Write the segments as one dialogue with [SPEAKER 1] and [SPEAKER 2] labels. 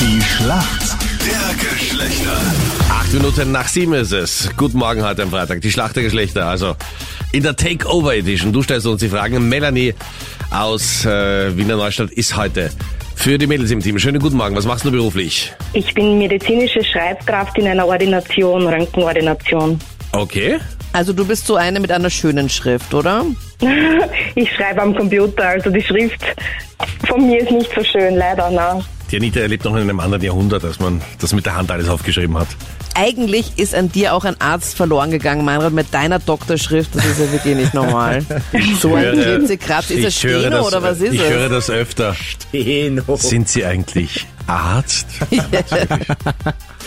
[SPEAKER 1] Die Schlacht der Geschlechter.
[SPEAKER 2] Acht Minuten nach sieben ist es. Guten Morgen heute am Freitag. Die Schlacht der Geschlechter. Also in der Takeover Edition. Du stellst uns die Fragen. Melanie aus äh, Wiener Neustadt ist heute für die Mädels im Team. Schönen guten Morgen. Was machst du beruflich?
[SPEAKER 3] Ich bin medizinische Schreibkraft in einer Ordination, Röntgenordination.
[SPEAKER 2] Okay.
[SPEAKER 4] Also du bist so eine mit einer schönen Schrift, oder?
[SPEAKER 3] Ich schreibe am Computer, also die Schrift von mir ist nicht so schön, leider. Na.
[SPEAKER 2] Die Anita erlebt noch in einem anderen Jahrhundert, als man das mit der Hand alles aufgeschrieben hat.
[SPEAKER 4] Eigentlich ist an dir auch ein Arzt verloren gegangen, Meinrad, mit deiner Doktorschrift. Das ist ja wirklich nicht normal. so ein
[SPEAKER 2] höre-
[SPEAKER 4] Klitzekratz. Ist das
[SPEAKER 2] Ich höre
[SPEAKER 4] Steno
[SPEAKER 2] das-
[SPEAKER 4] oder was ist
[SPEAKER 2] Ich höre
[SPEAKER 4] es?
[SPEAKER 2] das öfter. Sind Sie eigentlich Arzt?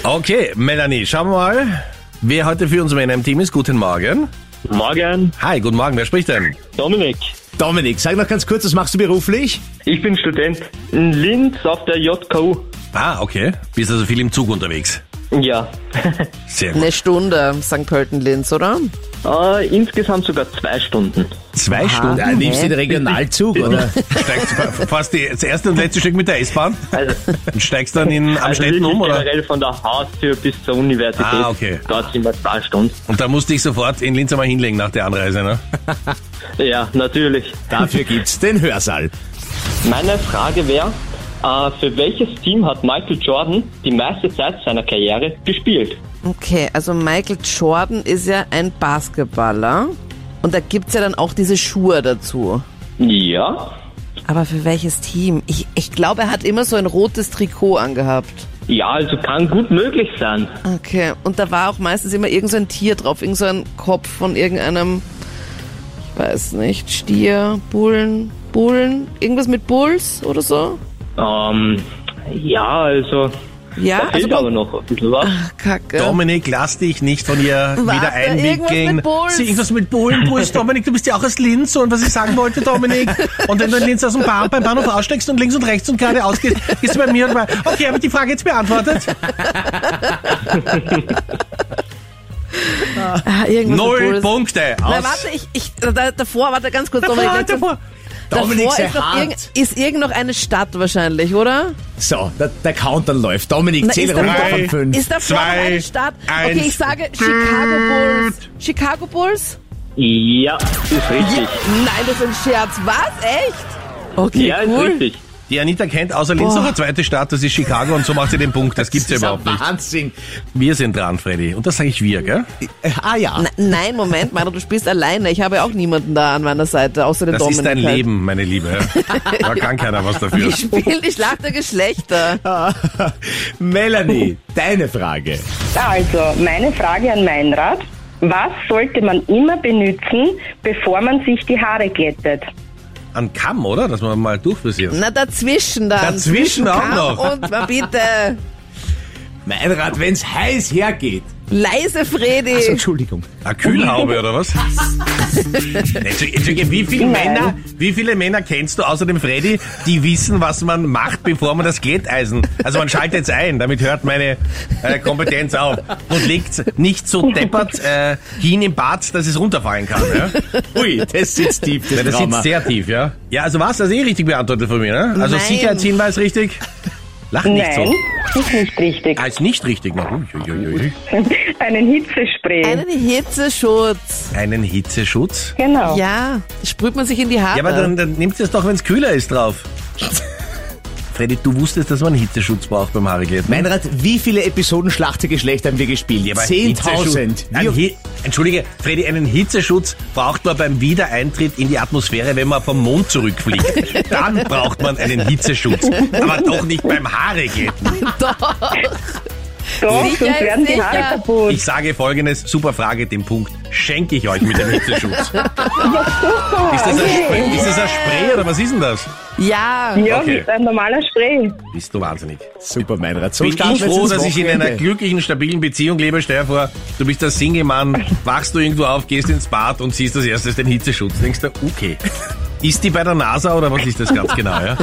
[SPEAKER 2] okay, Melanie, schauen wir mal, wer heute für uns im NM Team ist. Guten Morgen.
[SPEAKER 5] Morgen,
[SPEAKER 2] Hi, guten Morgen, wer spricht denn?
[SPEAKER 5] Dominik.
[SPEAKER 6] Dominik, sag noch ganz kurz, was machst du beruflich?
[SPEAKER 5] Ich bin Student in Linz auf der JKU.
[SPEAKER 2] Ah, okay. Bist also viel im Zug unterwegs.
[SPEAKER 5] Ja.
[SPEAKER 2] Sehr gut.
[SPEAKER 4] Eine Stunde, St. Pölten-Linz, oder?
[SPEAKER 5] äh, insgesamt sogar zwei Stunden.
[SPEAKER 2] Zwei Stunden.
[SPEAKER 6] Ja, nimmst du den Regionalzug, oder?
[SPEAKER 2] Steigst fa- fast die, das erste und letzte Stück mit der S-Bahn
[SPEAKER 5] Also,
[SPEAKER 2] und steigst dann in
[SPEAKER 5] also
[SPEAKER 2] Amstetten
[SPEAKER 5] wirklich
[SPEAKER 2] um, oder?
[SPEAKER 5] generell von der Haustür bis zur Universität.
[SPEAKER 2] Ah, okay.
[SPEAKER 5] Dort sind wir zwei Stunden.
[SPEAKER 2] Und da musst du dich sofort in Linz einmal hinlegen nach der Anreise, ne?
[SPEAKER 5] Ja, natürlich.
[SPEAKER 6] Dafür gibt's den Hörsaal.
[SPEAKER 5] Meine Frage wäre, äh, für welches Team hat Michael Jordan die meiste Zeit seiner Karriere gespielt?
[SPEAKER 4] Okay, also Michael Jordan ist ja ein Basketballer. Und da gibt's ja dann auch diese Schuhe dazu.
[SPEAKER 5] Ja.
[SPEAKER 4] Aber für welches Team? Ich, ich glaube, er hat immer so ein rotes Trikot angehabt.
[SPEAKER 5] Ja, also kann gut möglich sein.
[SPEAKER 4] Okay, und da war auch meistens immer irgend so ein Tier drauf, irgend so ein Kopf von irgendeinem, ich weiß nicht, Stier, Bullen, Bullen, irgendwas mit Bulls oder so?
[SPEAKER 5] Ähm, ja, also.
[SPEAKER 4] Ja,
[SPEAKER 5] da fehlt
[SPEAKER 4] also-
[SPEAKER 5] aber noch ein bisschen was.
[SPEAKER 4] Kacke.
[SPEAKER 2] Dominik, lass dich nicht von ihr wieder
[SPEAKER 4] da irgendwas
[SPEAKER 2] einwickeln.
[SPEAKER 4] mit Bulls?
[SPEAKER 2] Sie- Irgendwas mit Bullen, Bulls, Dominik, du bist ja auch aus Linz und was ich sagen wollte, Dominik, und wenn du in Linz aus dem Bahn, beim Bahnhof aussteigst und links und rechts und geradeaus gehst, gehst du bei mir und bei, okay, habe ich die Frage jetzt beantwortet?
[SPEAKER 4] Ah, irgendwas
[SPEAKER 2] Null
[SPEAKER 4] mit Bulls.
[SPEAKER 2] Punkte.
[SPEAKER 4] Nein,
[SPEAKER 2] Aus.
[SPEAKER 4] warte, ich, ich, da, davor, warte ganz kurz, Dominik.
[SPEAKER 2] Davor,
[SPEAKER 4] ganz kurz.
[SPEAKER 2] davor.
[SPEAKER 6] Dominik,
[SPEAKER 4] davor
[SPEAKER 6] sei
[SPEAKER 4] ist, noch
[SPEAKER 6] hart.
[SPEAKER 4] irgend, ist irgend noch eine Stadt wahrscheinlich, oder?
[SPEAKER 6] So, der, der Countdown läuft. Dominik,
[SPEAKER 4] Na,
[SPEAKER 6] zähl
[SPEAKER 4] ist davor,
[SPEAKER 6] runter
[SPEAKER 2] Drei,
[SPEAKER 6] von fünf.
[SPEAKER 4] ist davor noch
[SPEAKER 2] zwei,
[SPEAKER 4] eine Stadt?
[SPEAKER 2] eins.
[SPEAKER 4] Okay, ich sage Chicago Bulls. Chicago Bulls?
[SPEAKER 5] Ja, ist richtig.
[SPEAKER 4] Nein, das ist ein Scherz. Was? Echt? Okay,
[SPEAKER 5] Ja, ist
[SPEAKER 4] cool.
[SPEAKER 5] richtig.
[SPEAKER 2] Die Anita kennt außer Linz noch eine zweite Stadt, das ist Chicago und so macht sie den Punkt. Das gibt's ja
[SPEAKER 6] Das ist
[SPEAKER 2] überhaupt
[SPEAKER 6] ein
[SPEAKER 2] nicht.
[SPEAKER 6] Wahnsinn.
[SPEAKER 2] Wir sind dran, Freddy. Und das sage ich wir, gell?
[SPEAKER 6] Ah ja,
[SPEAKER 4] Ne- Nein, Moment, Mara, du spielst alleine. Ich habe ja auch niemanden da an meiner Seite, außer den
[SPEAKER 2] Das
[SPEAKER 4] Dominik.
[SPEAKER 2] ist dein
[SPEAKER 4] halt.
[SPEAKER 2] Leben, meine Liebe. Da kann keiner was dafür.
[SPEAKER 4] Ich spiele die Schlacht der Geschlechter.
[SPEAKER 6] Melanie, deine Frage.
[SPEAKER 3] Also, meine Frage an Meinrad. Was sollte man immer benutzen, bevor man sich die Haare glättet?
[SPEAKER 2] An Kamm, oder? Dass man mal durchfrisiert.
[SPEAKER 4] Na, dazwischen dann.
[SPEAKER 2] Dazwischen auch noch.
[SPEAKER 4] Und na, bitte,
[SPEAKER 6] Meinrad, wenn's heiß hergeht.
[SPEAKER 4] leise Fredi.
[SPEAKER 6] So, Entschuldigung.
[SPEAKER 2] Eine Kühlhaube, oder was? Entschuldige, Entschuldige, wie viele
[SPEAKER 3] Nein.
[SPEAKER 2] Männer, wie viele Männer kennst du außer dem Freddy, die wissen, was man macht, bevor man das Glätteisen, also man schaltet es ein, damit hört meine äh, Kompetenz auf und legt nicht so deppert äh, hin im Bad, dass es runterfallen kann, ja?
[SPEAKER 6] Ui, das sitzt tief, das,
[SPEAKER 2] Ja, das
[SPEAKER 6] Trauma.
[SPEAKER 2] sitzt sehr tief, ja. Ja, also was? Das ist eh richtig beantwortet von mir, ne? Also
[SPEAKER 4] Nein.
[SPEAKER 2] Sicherheitshinweis richtig? Lach nicht
[SPEAKER 3] Nein,
[SPEAKER 2] so.
[SPEAKER 3] ist nicht richtig.
[SPEAKER 2] Als Ah, nicht richtig. Na, ui, ui, ui, ui.
[SPEAKER 3] Einen Hitzespray.
[SPEAKER 4] Einen Hitzeschutz.
[SPEAKER 2] Einen Hitzeschutz?
[SPEAKER 3] genau.
[SPEAKER 4] Ja, sprüht man sich in die Haare.
[SPEAKER 2] Ja, aber dann, dann nimmst du es doch, wenn es kühler ist, drauf. Freddy, du wusstest, dass man Hitzeschutz braucht beim Haarglätten.
[SPEAKER 6] Meinrad, wie viele Episoden Schlacht der Geschlechter haben wir gespielt?
[SPEAKER 2] Ja, aber Hitzeschutz-
[SPEAKER 6] 10.000.
[SPEAKER 2] Ein
[SPEAKER 6] Wir-
[SPEAKER 2] Hi- Entschuldige, Freddy, einen Hitzeschutz braucht man beim Wiedereintritt in die Atmosphäre, wenn man vom Mond zurückfliegt. Dann braucht man einen Hitzeschutz. Aber doch nicht beim Haareglätten.
[SPEAKER 3] Doch,
[SPEAKER 4] Sicher
[SPEAKER 3] sonst
[SPEAKER 4] ist
[SPEAKER 3] werden die
[SPEAKER 4] sicher.
[SPEAKER 3] Haare kaputt.
[SPEAKER 2] Ich sage folgendes, super Frage, den Punkt schenke ich euch mit dem Hitzeschutz. ist, das ein Spray, ist das ein Spray oder was ist denn das?
[SPEAKER 4] ja.
[SPEAKER 3] ja,
[SPEAKER 2] okay.
[SPEAKER 3] das ist ein normaler Spray.
[SPEAKER 2] Bist du wahnsinnig.
[SPEAKER 6] Super, Meinrad. So
[SPEAKER 2] Bin ich
[SPEAKER 6] starten wir jetzt
[SPEAKER 2] froh,
[SPEAKER 6] ins
[SPEAKER 2] dass ich in
[SPEAKER 6] Wochenende.
[SPEAKER 2] einer glücklichen, stabilen Beziehung lebe. Stell dir vor, du bist der Single-Mann, wachst du irgendwo auf, gehst ins Bad und siehst als erstes den Hitzeschutz. Denkst du, okay. Ist die bei der NASA oder was ist das ganz genau? Ja?